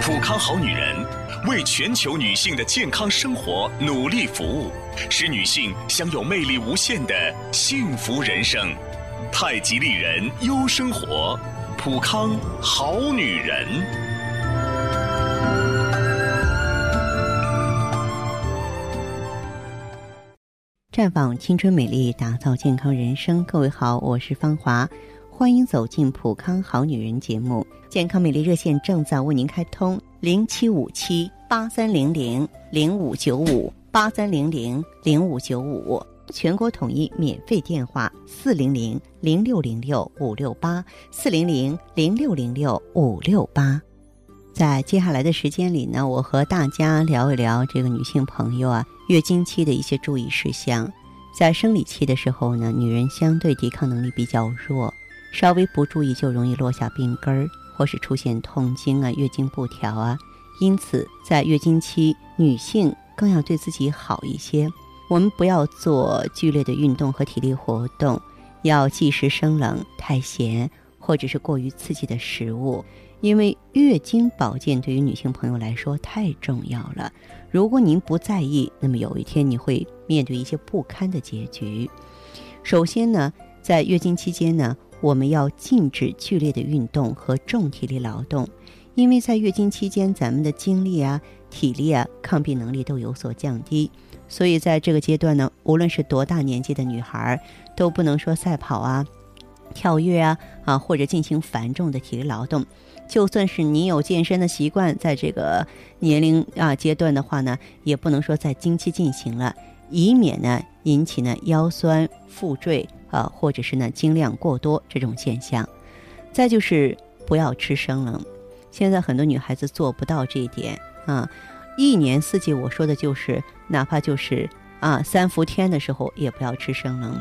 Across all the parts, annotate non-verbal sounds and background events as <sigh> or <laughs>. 普康好女人为全球女性的健康生活努力服务，使女性享有魅力无限的幸福人生。太极丽人优生活，普康好女人。绽放青春美丽，打造健康人生。各位好，我是芳华。欢迎走进《普康好女人》节目，健康美丽热线正在为您开通，零七五七八三零零零五九五八三零零零五九五，全国统一免费电话四零零零六零六五六八四零零零六零六五六八。在接下来的时间里呢，我和大家聊一聊这个女性朋友啊，月经期的一些注意事项。在生理期的时候呢，女人相对抵抗能力比较弱。稍微不注意就容易落下病根儿，或是出现痛经啊、月经不调啊。因此，在月经期，女性更要对自己好一些。我们不要做剧烈的运动和体力活动，要忌食生冷、太咸或者是过于刺激的食物，因为月经保健对于女性朋友来说太重要了。如果您不在意，那么有一天你会面对一些不堪的结局。首先呢，在月经期间呢。我们要禁止剧烈的运动和重体力劳动，因为在月经期间，咱们的精力啊、体力啊、抗病能力都有所降低，所以在这个阶段呢，无论是多大年纪的女孩，都不能说赛跑啊、跳跃啊啊，或者进行繁重的体力劳动。就算是你有健身的习惯，在这个年龄啊阶段的话呢，也不能说在经期进行了，以免呢引起呢腰酸腹坠。啊，或者是呢经量过多这种现象，再就是不要吃生冷。现在很多女孩子做不到这一点啊，一年四季我说的就是，哪怕就是啊三伏天的时候也不要吃生冷，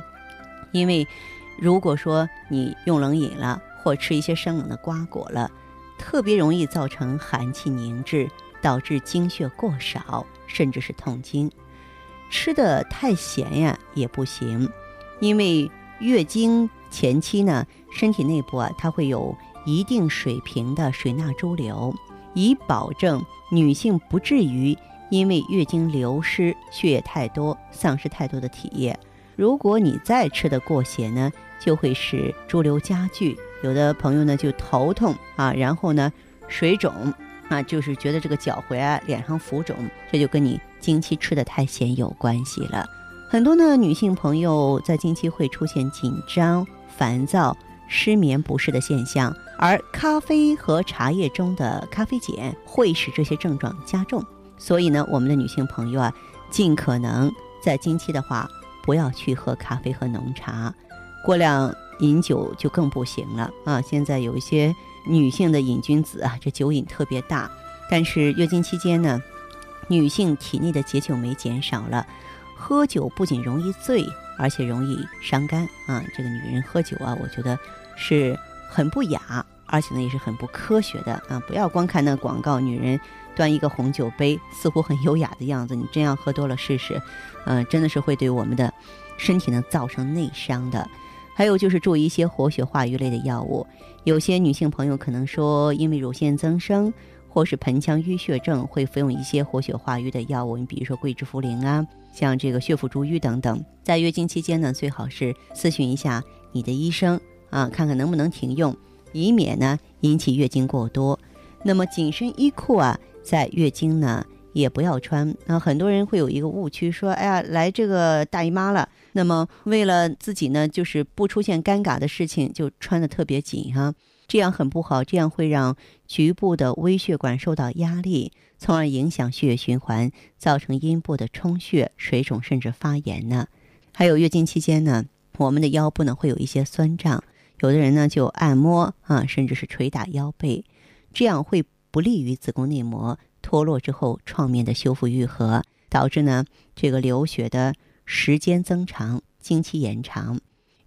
因为如果说你用冷饮了或吃一些生冷的瓜果了，特别容易造成寒气凝滞，导致经血过少，甚至是痛经。吃的太咸呀也不行，因为。月经前期呢，身体内部啊，它会有一定水平的水钠潴留，以保证女性不至于因为月经流失、血液太多、丧失太多的体液。如果你再吃的过咸呢，就会使潴留加剧。有的朋友呢就头痛啊，然后呢水肿啊，就是觉得这个脚踝啊、脸上浮肿，这就跟你经期吃的太咸有关系了。很多呢，女性朋友在经期会出现紧张、烦躁、失眠不适的现象，而咖啡和茶叶中的咖啡碱会使这些症状加重。所以呢，我们的女性朋友啊，尽可能在经期的话，不要去喝咖啡和浓茶，过量饮酒就更不行了啊！现在有一些女性的瘾君子啊，这酒瘾特别大，但是月经期间呢，女性体内的解酒酶减少了。喝酒不仅容易醉，而且容易伤肝啊！这个女人喝酒啊，我觉得是很不雅，而且呢也是很不科学的啊！不要光看那广告，女人端一个红酒杯，似乎很优雅的样子，你真要喝多了试试，嗯、呃，真的是会对我们的身体呢造成内伤的。还有就是注意一些活血化瘀类的药物，有些女性朋友可能说，因为乳腺增生。或是盆腔淤血症会服用一些活血化瘀的药物，你比如说桂枝茯苓啊，像这个血府逐瘀等等。在月经期间呢，最好是咨询一下你的医生啊，看看能不能停用，以免呢引起月经过多。那么紧身衣裤啊，在月经呢也不要穿。那很多人会有一个误区，说哎呀来这个大姨妈了，那么为了自己呢就是不出现尴尬的事情，就穿的特别紧哈、啊。这样很不好，这样会让局部的微血管受到压力，从而影响血液循环，造成阴部的充血、水肿甚至发炎呢。还有月经期间呢，我们的腰部呢会有一些酸胀，有的人呢就按摩啊，甚至是捶打腰背，这样会不利于子宫内膜脱落之后创面的修复愈合，导致呢这个流血的时间增长，经期延长。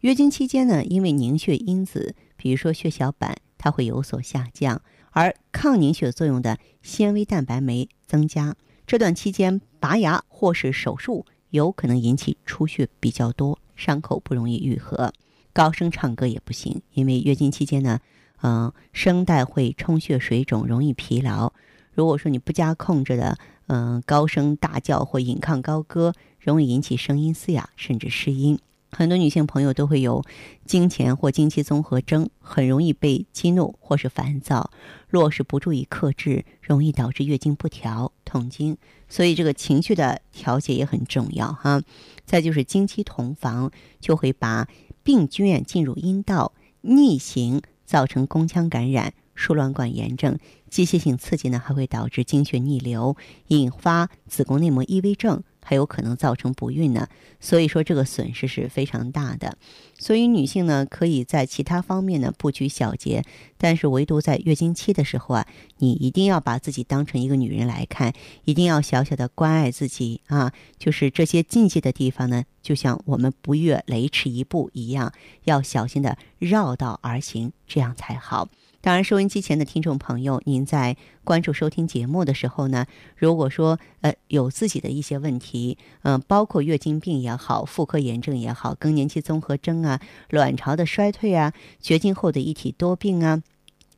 月经期间呢，因为凝血因子。比如说血小板，它会有所下降，而抗凝血作用的纤维蛋白酶增加。这段期间，拔牙或是手术有可能引起出血比较多，伤口不容易愈合。高声唱歌也不行，因为月经期间呢，嗯、呃，声带会充血水肿，容易疲劳。如果说你不加控制的，嗯、高声大叫或引吭高歌，容易引起声音嘶哑甚至失音。很多女性朋友都会有经前或经期综合征，很容易被激怒或是烦躁。若是不注意克制，容易导致月经不调、痛经。所以这个情绪的调节也很重要哈。再就是经期同房，就会把病菌源进入阴道逆行，造成宫腔感染、输卵管炎症。机械性刺激呢，还会导致经血逆流，引发子宫内膜异位症，还有可能造成不孕呢。所以说，这个损失是非常大的。所以女性呢，可以在其他方面呢不拘小节，但是唯独在月经期的时候啊，你一定要把自己当成一个女人来看，一定要小小的关爱自己啊。就是这些禁忌的地方呢，就像我们不越雷池一步一样，要小心的绕道而行，这样才好。当然，收音机前的听众朋友，您在关注收听节目的时候呢，如果说呃有自己的一些问题，嗯、包括月经病也好、妇科炎症也好、更年期综合征啊、卵巢的衰退啊、绝经后的一体多病啊，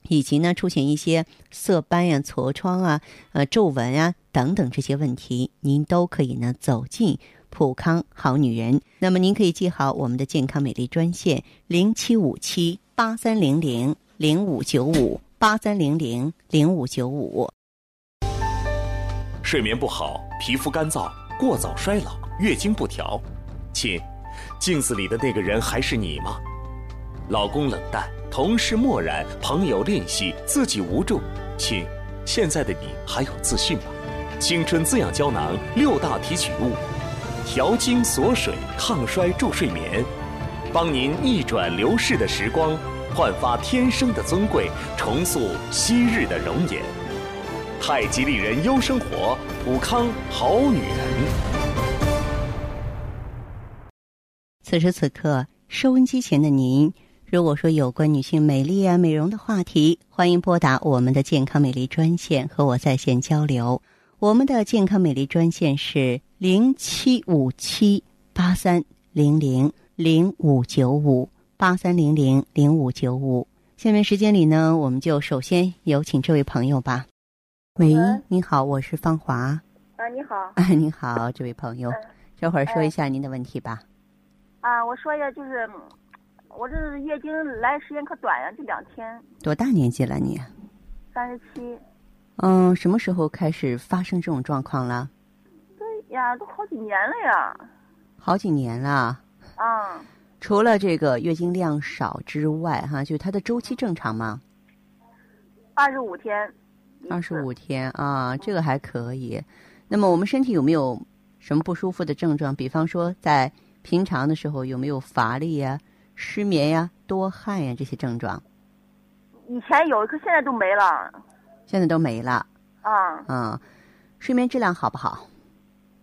以及呢出现一些色斑呀、痤疮啊、呃皱纹啊等等这些问题，您都可以呢走进普康好女人。那么您可以记好我们的健康美丽专线零七五七八三零零零五九五八三零零零五九五。睡眠不好、皮肤干燥、过早衰老、月经不调，亲，镜子里的那个人还是你吗？老公冷淡，同事漠然，朋友吝惜，自己无助，亲，现在的你还有自信吗？青春滋养胶囊六大提取物，调经锁水、抗衰助睡眠，帮您逆转流逝的时光，焕发天生的尊贵，重塑昔日的容颜。太极丽人优生活，普康好女人。此时此刻，收音机前的您，如果说有关女性美丽啊、美容的话题，欢迎拨打我们的健康美丽专线和我在线交流。我们的健康美丽专线是零七五七八三零零零五九五八三零零零五九五。下面时间里呢，我们就首先有请这位朋友吧。喂喂，你好，我是芳华。 <laughs> 啊，你好啊，你好，这位朋友嗯，这会儿说一下您的问题吧。啊，我说一下，就是嗯我这月经来时间可短呀、就两天，多大年纪了你？三十七，嗯，什么时候开始发生这种状况了？对呀，都好几年了呀，好几年了。啊，除了这个月经量少之外，哈，就是它的周期正常吗？二十五天，二十，五天啊，这个还可以。那么我们身体有没有什么不舒服的症状？比方说在平常的时候有没有乏力呀、失眠呀、多汗呀这些症状？以前有，可现在都没了，现在都没了啊，啊、睡眠质量好不好？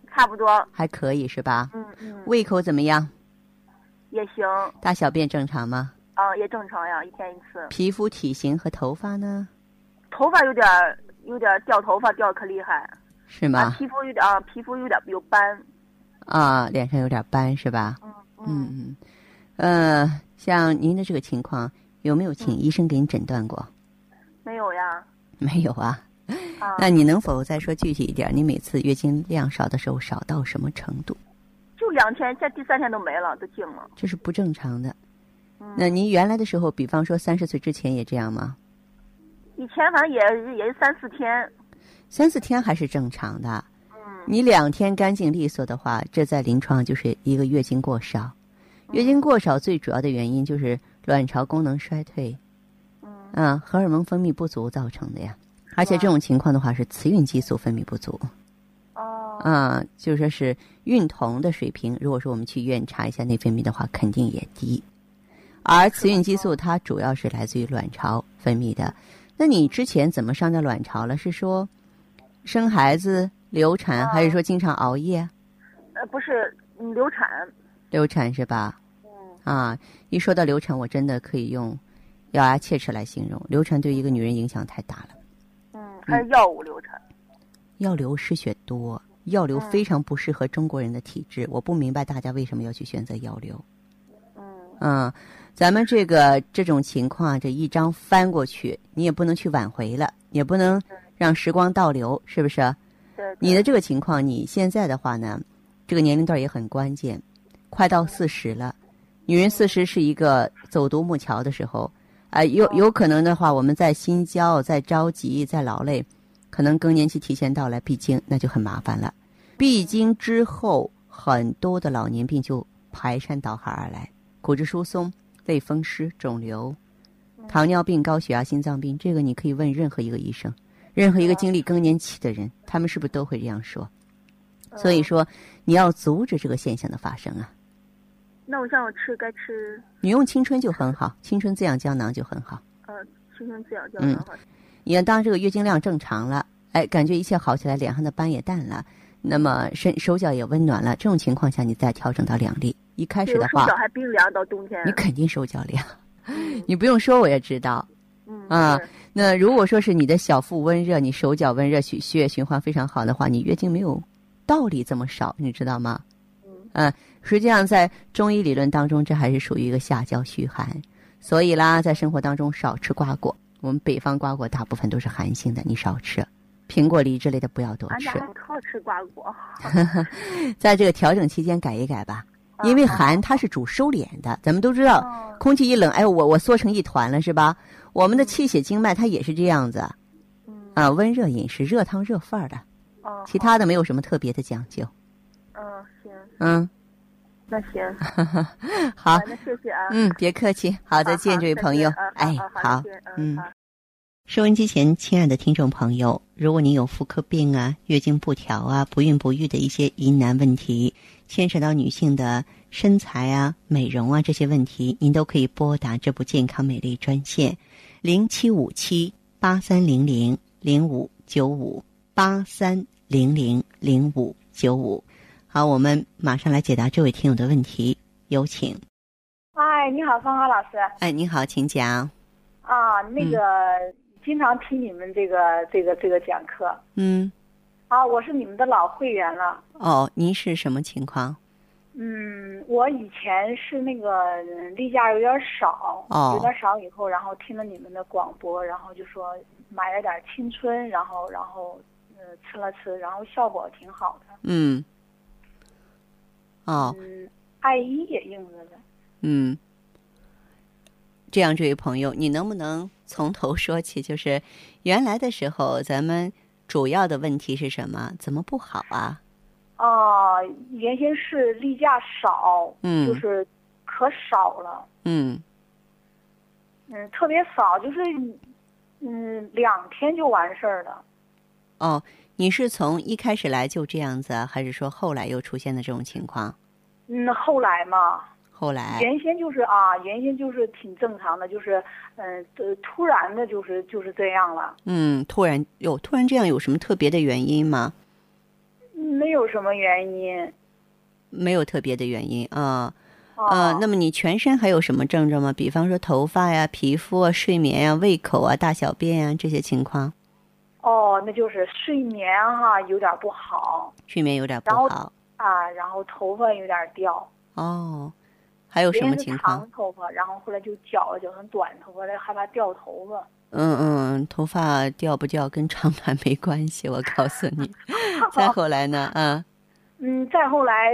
差不多，还可以是吧？嗯嗯，胃口怎么样？也行，大小便正常吗？啊，也正常呀，一天一次，皮肤、体型和头发呢？头发有点儿有点儿掉头发，掉得可厉害，是啊，吗？皮肤有点啊，皮肤有点有斑，啊，脸上有点斑是吧？嗯嗯，嗯嗯，呃，像您的这个情况，有没有请医生给你诊断过？ <laughs> 没有呀，没有啊。啊，那你能否再说具体一点？你每次月经量少的时候少到什么程度？就两天，现在第三天都没了，都静了，这是不正常的。嗯。那您原来的时候，比方说三十岁之前也这样吗？以前反正也也是三四天，三四天还是正常的。嗯，你两天干净利索的话，这在临床就是一个月经过少。月经过少最主要的原因就是卵巢功能衰退，嗯嗯，荷尔蒙分泌不足造成的呀。而且吧这种情况的话是雌孕激素分泌不足，哦，啊，就说是孕酮的水平。如果说我们去医院查一下内分泌的话，肯定也低。而雌孕激素它主要是来自于卵巢分泌的。那你之前怎么伤着卵巢了？是说生孩子、流产，还是说经常熬夜？呃，不是嗯流产，流产是吧？嗯啊，一说到流产，我真的可以用咬牙切齿来形容。流产对一个女人影响太大了，嗯，还是药物流产，药流失血多，药流非常不适合中国人的体质。我不明白大家为什么要去选择药流。嗯嗯，咱们这个这种情况，这一张翻过去，你也不能去挽回了，也不能让时光倒流，是不是？嗯对，你的这个情况，你现在的话呢，这个年龄段也很关键，快到四十了，女人四十是一个走独木桥的时候，啊、有有可能的话，我们在心焦、在着急、在劳累，可能更年期提前到来，闭经那就很麻烦了。闭经之后，很多的老年病就排山倒海而来，骨质疏松、类风湿、肿瘤、糖尿病、高血压、心脏病，这个你可以问任何一个医生。任何一个经历更年期的人，他们是不是都会这样说？嗯嗯所以说，你要阻止这个现象的发生啊！那我像我吃该吃，你用青春就很好，青春滋养胶囊就很好。呃，青春滋养胶嗯囊好。你看，当这个月经量正常了，哎，感觉一切好起来，脸上的斑也淡了，那么身手脚也温暖了，这种情况下，你再调整到两粒。一开比始如的手话脚，还冰凉，到冬天。你肯定手脚凉， <laughs> 你不用说我也知道。嗯啊是那如果说是你的小腹温热，你手脚温热，血血液循环非常好的话，你月经没有道理这么少，你知道吗？嗯、实际上在中医理论当中，这还是属于一个下焦虚寒，所以啦，在生活当中少吃瓜果。我们北方瓜果大部分都是寒性的，你少吃，苹果、梨之类的不要多俺吃家。啊还靠吃瓜果，啊在这个调整期间改一改吧，因为寒它是主收敛的，咱们都知道，啊哦空气一冷，哎，我我缩成一团了是吧？我们的气血经脉它也是这样子。嗯啊，温热饮食，热汤热饭儿的，哦，其他的没有什么特别的讲究。嗯行，嗯，那行，好啊，那谢谢啊，嗯，别客气，好，再见，这位朋友啊，哎，好好再。见啊，嗯嗯，好。收音机前，亲爱的听众朋友，如果您有妇科病啊、月经不调啊、不孕不育的一些疑难问题，牵扯到女性的身材啊、美容啊这些问题，您都可以拨打这部健康美丽专线零七五七八三零零零五九五八三零零零五九五。好，我们马上来解答这位听友的问题，有请。哎，你好，芳华老师哎，你好，请讲。啊，那嗯个经常听你们这个这个这个讲课嗯，啊，我是你们的老会员了。哦，您是什么情况？嗯，我以前是那个例假有点少，哦有点少以后，然后听了你们的广播，然后就说买了点青春，然后然后呃吃了吃，然后效果挺好的。嗯，哦，嗯，爱伊也用着了。嗯，这样，这位朋友，你能不能从头说起？ <laughs> 就是原来的时候，咱们主要的问题是什么？怎么不好啊？啊，原先是例假少，嗯就是可少了。嗯嗯，特别少，就是嗯两天就完事儿了。哦，你是从一开始来就这样子啊，还是说后来又出现的这种情况？嗯，后来嘛，后来，原先就是啊，原先就是挺正常的，就是嗯、呃突然的就是就是这样了，嗯，突然有突然这样有什么特别的原因吗？嗯没有什么原因没有特别的原因啊。啊。呃，那么你全身还有什么症状吗？比方说头发呀、皮肤啊、睡眠呀、胃口啊、大小便呀这些情况，哦，那就是睡眠哈、有点不好睡眠有点不然后好啊，然后头发有点掉，哦。还有什么原先情是况？长头发，然后后来就绞了绞成短头发了，害怕掉头发。嗯嗯，头发掉不掉跟长短 <laughs> 没关系，我告诉 <laughs> 你。 <laughs> 再后来呢？啊，嗯，再后来，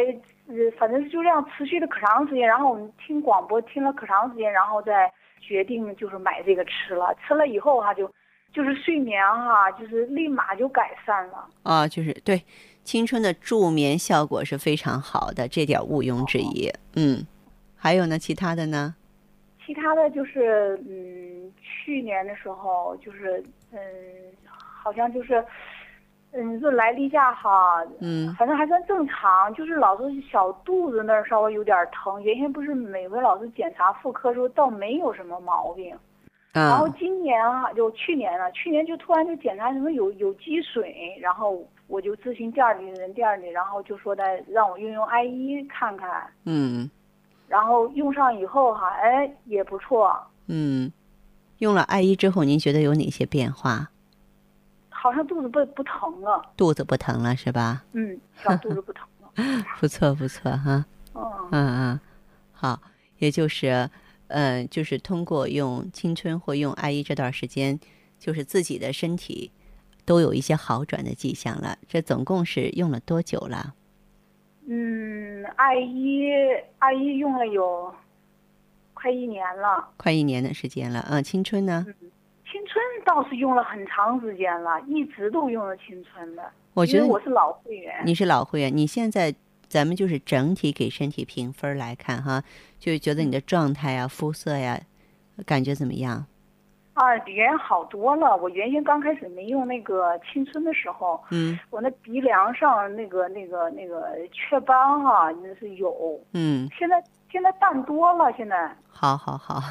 呃，反正就这样持续了可长时间，然后我们听广播听了可长时间，然后再决定就是买这个吃了，吃了以后哈、就就是睡眠哈、就是立马就改善了。啊，就是对，青春的助眠效果是非常好的，这点毋庸置疑。嗯，还有呢，其他的呢？其他的就是，嗯，去年的时候就是，嗯，好像就是，嗯，就来例假哈，嗯反正还算正常，就是老是小肚子那儿稍微有点疼，原先不是每回老是检查妇科时候倒没有什么毛病。然啊后，今年啊，就去年了，去年就突然就检查什么有有积水，然后我就咨询店儿里的人，店儿里然后就说的让我用用 I 一看看，嗯然后用上以后哈、哎也不错，嗯，用了爱伊之后，您觉得有哪些变化？好像肚子不不疼了，肚子不疼了是吧？嗯，小肚子不疼了，不错不错哈，嗯嗯嗯，好，也就是，呃，就是通过用青春或用爱意这段时间，就是自己的身体都有一些好转的迹象了。这总共是用了多久了？嗯，二一二一用了有快一年了，快一年的时间了。嗯，青春呢？青春倒是用了很长时间了，一直都用了青春的。我觉因得为我是老会员，你是老会员，你现在咱们就是整体给身体评分儿来看哈，就是觉得你的状态呀、肤色呀，感觉怎么样？啊，比原来好多了。我原先刚开始没用那个青春的时候，嗯我那鼻梁上那个那个那个雀斑哈、那是有。嗯，现在现在淡多了，现在嗯好好好，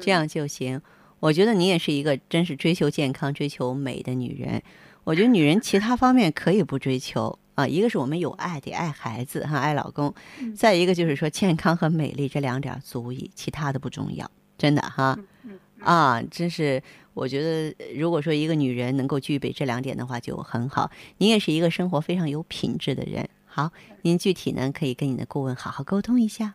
这样就行。我觉得你也是一个真是追求健康、追求美的女人。我觉得女人其他方面可以不追求啊，一个是我们有爱，得爱孩子哈，爱老公；嗯再一个就是说健康和美丽这两点儿足以，其他的不重要，真的哈。嗯啊，真是，我觉得呃如果说一个女人能够具备这两点的话，就很好。您也是一个生活非常有品质的人。好，您具体呢可以跟你的顾问好好沟通一下。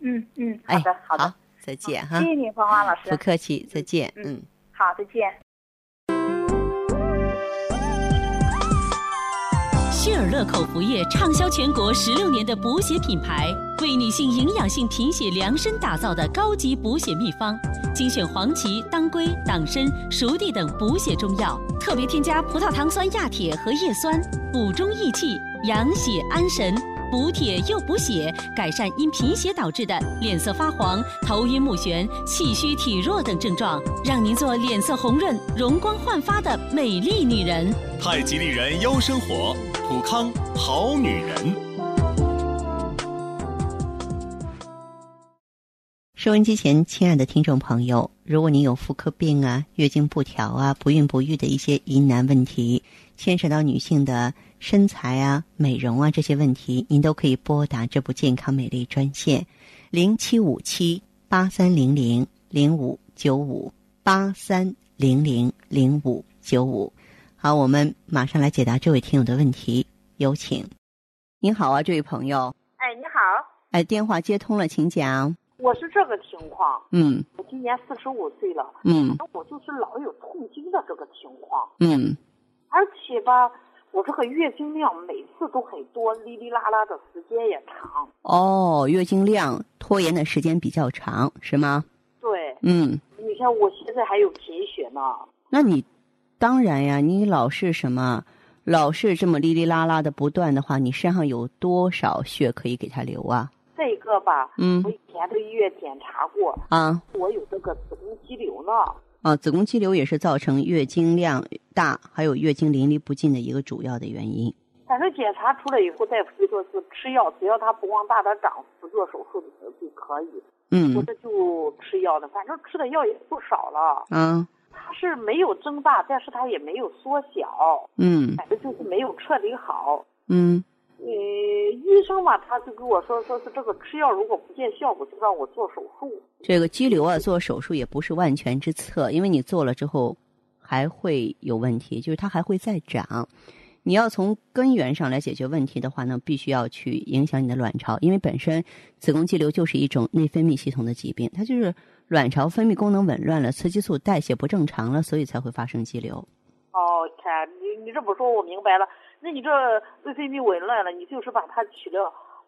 嗯嗯，哎好的、好的，嗯好，再见哈谢，谢你，花花老师不，客气，再见，嗯嗯。好，再见。希尔乐口服液畅销全国十六年的补血品牌，为女性营养性贫血量身打造的高级补血秘方，精选黄芪、当归、党参、熟地等补血中药，特别添加葡萄糖酸亚铁和叶酸，补中益气、养血安神。补铁又补血，改善因贫血导致的脸色发黄、头晕目眩、气虚体弱等症状，让您做脸色红润、容光焕发的美丽女人。太极丽人优生活，普康好女人。收音机前，亲爱的听众朋友，如果您有妇科病啊、月经不调啊、不孕不育的一些疑难问题，牵扯到女性的身材啊、美容啊这些问题，您都可以拨打这部健康美丽专线零七五七八三零零零五九五八三零零零五九五。好，我们马上来解答这位听友的问题，有请。您好啊，这位朋友，哎，你好，哎，电话接通了，请讲。我是这个情况，嗯我今年四十五岁了，嗯我就是老有痛经的这个情况，嗯。而且吧，我这个月经量每次都很多，哩哩啦啦的时间也长。哦，月经量拖延的时间比较长，是吗？对，嗯，你看我现在还有贫血呢，那你当然呀，你老是什么，老是这么哩哩啦啦的不断的话，你身上有多少血可以给它流啊？再一个吧，嗯我以前这个医院检查过，啊我有这个子宫肌瘤呢。啊，子宫肌瘤也是造成月经量大，还有月经淋漓不尽的一个主要的原因。反正检查出来以后，大夫就说是吃药，只要它不往大的长，不做手术就可以。我嗯这就吃药呢，反正吃的药也不少了。啊它是没有增大，但是它也没有缩小，嗯反正就是没有彻底好。嗯呃，医生吧，他就跟我说，说是这个吃药如果不见效果，就让我做手术。这个肌瘤啊，做手术也不是万全之策，因为你做了之后还会有问题，就是它还会再长。你要从根源上来解决问题的话呢，必须要去影响你的卵巢，因为本身子宫肌瘤就是一种内分泌系统的疾病，它就是卵巢分泌功能紊乱了，雌激素代谢不正常了，所以才会发生肌瘤。哦，看你你这么说，我明白了。那你这内分泌紊乱了，你就是把它取了，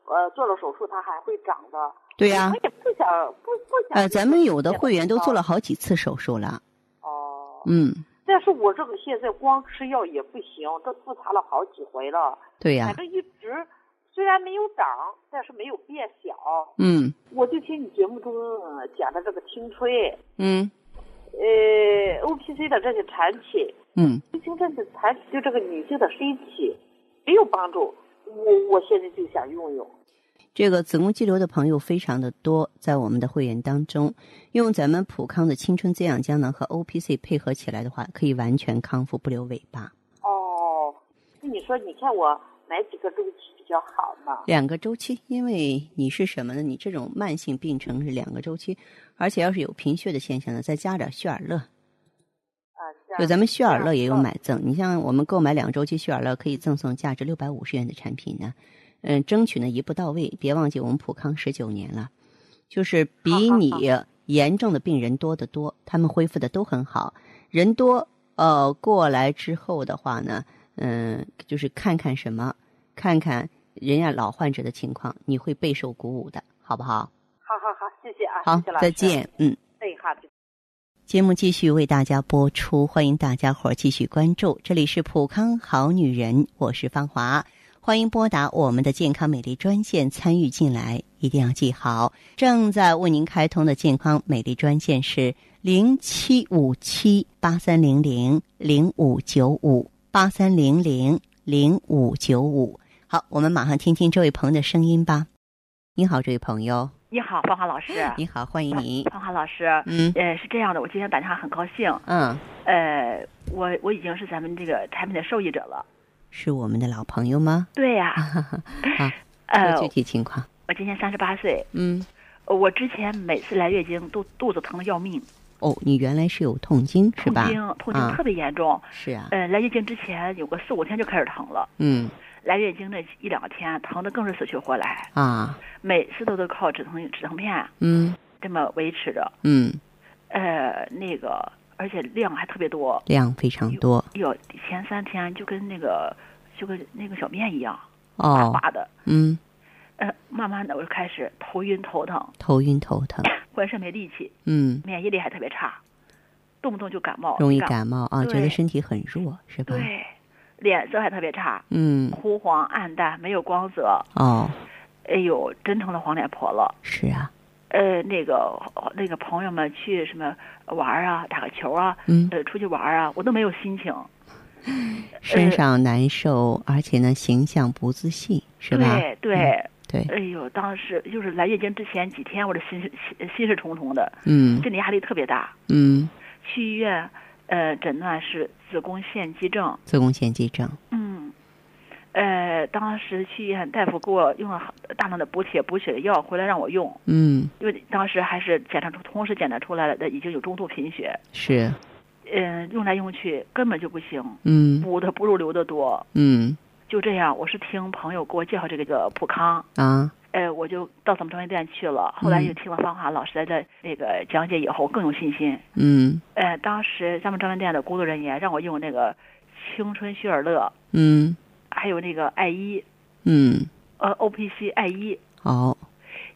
呃，做了手术，它还会长的。对呀、我也不想不不想。呃，咱们有的会员都做了。好几次手术了，哦，嗯，但是我这个现在光吃药也不行，这复查了好几回了。对呀、反正一直虽然没有长，但是没有变小。嗯我就听你节目中呃讲的这个青春，嗯呃，OPC 的这些产品，嗯，青春的产品对这个女性的身体没有帮助。我我现在就想用用。这个子宫肌瘤的朋友非常的多，在我们的会员当中，用咱们普康的青春滋养胶囊和 O P C 配合起来的话，可以完全康复，不留尾巴。哦，那你说，你看我哪几个周期比较好呢？两个周期，因为你是什么呢？你这种慢性病程是两个周期，而且要是有贫血的现象呢，再加点血尔乐，啊，是啊就咱们血尔乐也有嗯买赠。你像我们购买两周期血尔乐，可以赠送价值六百五十元的产品呢。嗯，争取呢一步到位，别忘记我们普康十九年了，就是比好好你严重的病人多得多，他们恢复的都很好。人多呃过来之后的话呢，嗯、就是看看什么，看看人家老患者的情况，你会备受鼓舞的，好不好？好好好，谢谢啊，好谢谢，老师再。见，嗯。哎，好，再见节目继续为大家播出，欢迎大家伙儿继续关注。这里是普康好女人，我是芳华，欢迎拨打我们的健康美丽专线参与进来，一定要记好。正在为您开通的健康美丽专线是零七五七八三零零零五九五八三零零零五九五。好，我们马上听听这位朋友的声音吧。你好，这位朋友，你好，芳华老师。你好，欢迎你。芳华老师，嗯呃，是这样的，我今天打电话很高兴。嗯，呃，我我已经是咱们这个产品的受益者了。是我们的老朋友吗？<laughs> 对呀、说呃，具体情况。我今年三十八岁，嗯，呃我之前每次来月经都肚子疼的要命，哦，你原来是有痛经是痛吧？经痛啊经特别严重。是啊，呃，来月经之前有个四五天就开始疼了，嗯来月经那一两天疼的更是死去活来，啊，每次都得靠止疼止疼片嗯这么维持着。嗯，呃，那个而且量还特别多。量非常多哎呦，前三天就跟那个就跟那个小面一样，哗哦，哗的。嗯，呃，慢慢的我就开始头晕头疼，头晕头疼，浑身没力气，嗯，免疫力还特别差，动不动就感冒，容易感冒啊，觉得对身体很弱是吧？对，脸色还特别差，嗯，枯黄暗淡，没有光泽。哦，哎呦，真成了黄脸婆了。是啊，呃，那个那个朋友们去什么玩儿啊，打个球啊，嗯，呃，出去玩儿啊，我都没有心情。身呃上难受，而且呢，形象不自信是吧？嗯对对，对，哎呦，当时就是来月经之前几天，我这心心心事重重的，嗯心理压力特别大。嗯，去医院，呃，诊断是子宫腺肌症。子宫腺肌症，嗯，呃，当时去医院，大夫给我用了好大量的补铁补血的药回来让我用，嗯，因为当时还是检查出，同时检查出来了已经有中度贫血。是，嗯、用来用去根本就不行，嗯补的不如留的多。嗯就这样，我是听朋友给我介绍这个这个普康，啊，呃，我就到咱们中医店去了。后来嗯又听了芳华老师的那个讲解以后，更有信心。嗯呃，当时咱们专门店的工作人员让我用那个青春旭尔乐，嗯还有那个爱伊，嗯，呃，O P C 爱伊，好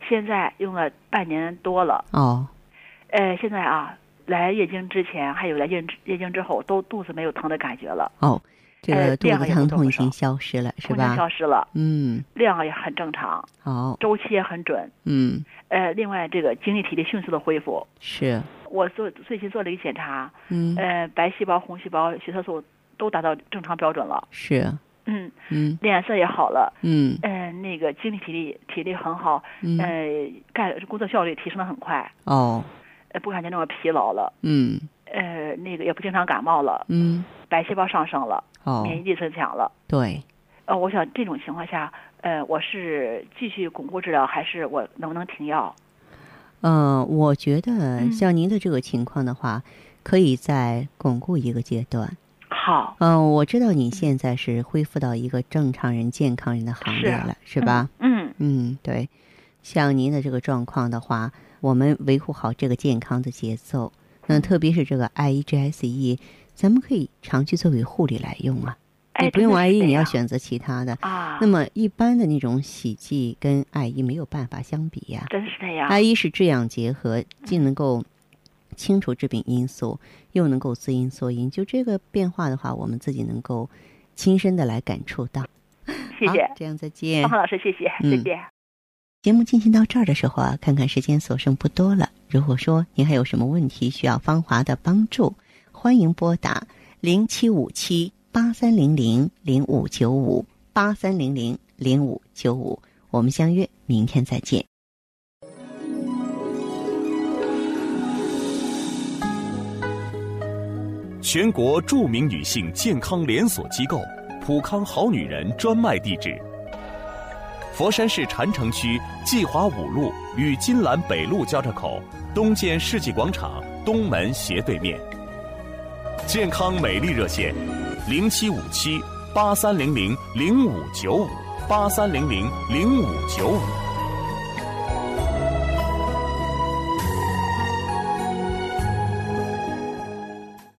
现在用了半年多了。哦，呃，现在啊，来月经之前还有来月经月经之后，都肚子没有疼的感觉了，哦，这呃个肚量子也疼不痛已多少经消失了，是空间消吧？失了，嗯，量也很正常，好，周期也很准。嗯，呃，另外这个精力体力迅速的恢复。是，我做最近做了一个检查，嗯，呃，白细胞、红细胞、血色素都达到正常标准了，是，嗯，嗯脸色也好了，嗯嗯、那个精力、体力、体力很好，嗯，呃，干工作效率提升的很快，哦，呃，不感觉那么疲劳了，嗯呃，那个也不经常感冒了，嗯，白细胞上升了，哦，免疫力增强了，对，呃，我想这种情况下，呃，我是继续巩固治疗，还是我能不能停药？呃，我觉得嗯像您的这个情况的话，可以再巩固一个阶段。好，嗯、我知道你现在是恢复到一个正常人、健康人的行是列了，是吧？嗯，嗯，对，像您的这个状况的话，我们维护好这个健康的节奏，那嗯特别是这个 IEGSE，咱 E，们可以长期作为护理来用啊。哎你不真用的是 IE，这你要样选择其他的。啊，那么一般的那种洗剂跟 IE 没有办法相比呀、真是这样，嗯 IE 是这样结合，既能够清除致病因素，又能够滋阴缩阴。就这个变化的话，我们自己能够亲身的来感触到。谢好谢，这样再见芳。华老师，谢谢，再嗯见。节目进行到这儿的时候啊，看看时间所剩不多了。如果说您还有什么问题需要芳华的帮助，欢迎拨打零七五七八三零零零五九五八三零零零五九五。我们相约明天再见。全国著名女性健康连锁机构普康好女人专卖地址：佛山市禅城区济华五路与金兰北路交叉口东建世纪广场东门斜对面。健康美丽热线：零七五七八三零零零五九五八三零零零五九五。